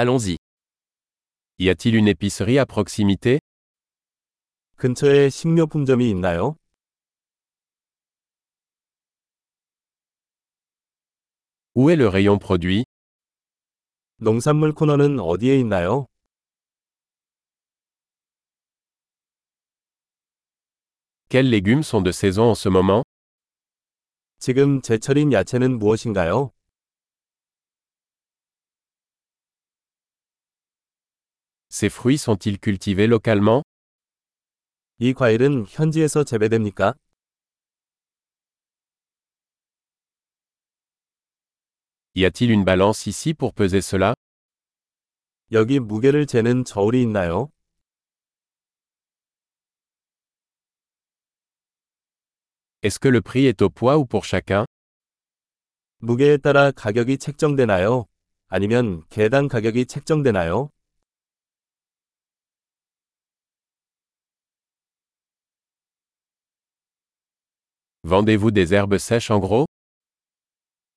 Allons-y. Y a-t-il une épicerie à proximité 근처에 식료품점이 있나요? Où est le rayon produit 농산물 코너는 어디에 있나요? Quels légumes sont de saison en ce moment 지금 제철인 야채는 무엇인가요? Ces fruits sont-ils cultivés localement 이 과일은 현지에서 재배됩니까? Y a-t-il une balance ici pour peser cela 여기 무게를 재는 저울이 있나요? Est-ce que le prix est au poids ou pour chacun 무게에 따라 가격이 책정되나요? 아니면 개당 가격이 책정되나요? Vendez-vous des herbes sèches en gros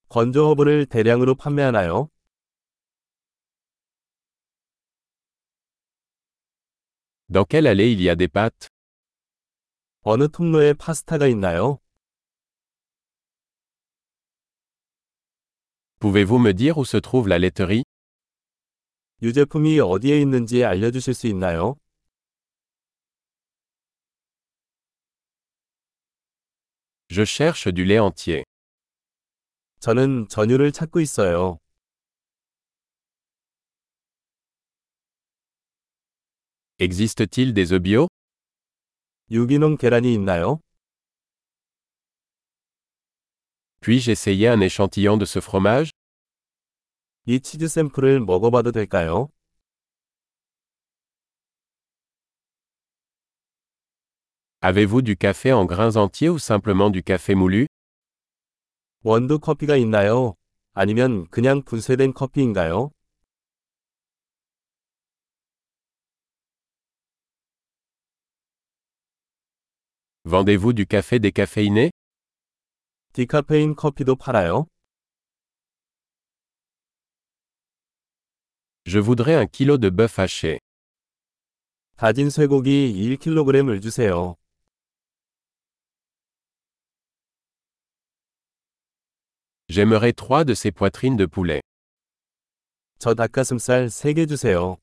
건조 허브를 대량으로 판매하나요? Dans quelle allée il y a des pâtes 어느 통로에 파스타가 있나요? Pouvez-vous me dire où se trouve la laiterie 유제품이 어디에 있는지 알려주실 수 있나요? Je cherche du lait entier. 저는 전유를 찾고 있어요. Existe-t-il des œufs bio 유기농 계란이 있나요? Puis-je essayer un échantillon de ce fromage 이 치즈 샘플을 먹어봐도 될까요? Avez-vous du café en grains entiers ou simplement du café moulu 원두 커피가 있나요? 아니면 그냥 분쇄된 커피인가요? Vendez-vous du café décaféiné 디카페인 커피도 팔아요? Je voudrais un kilo de bœuf haché. 다진 쇠고기 1kg을 주세요. J'aimerais trois de ces poitrines de poulet. 저 닭가슴살 3개 주세요.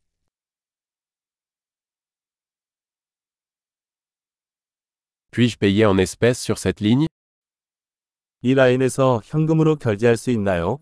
Puis-je payer en espèces sur cette ligne 이 라인에서 현금으로 결제할 수 있나요?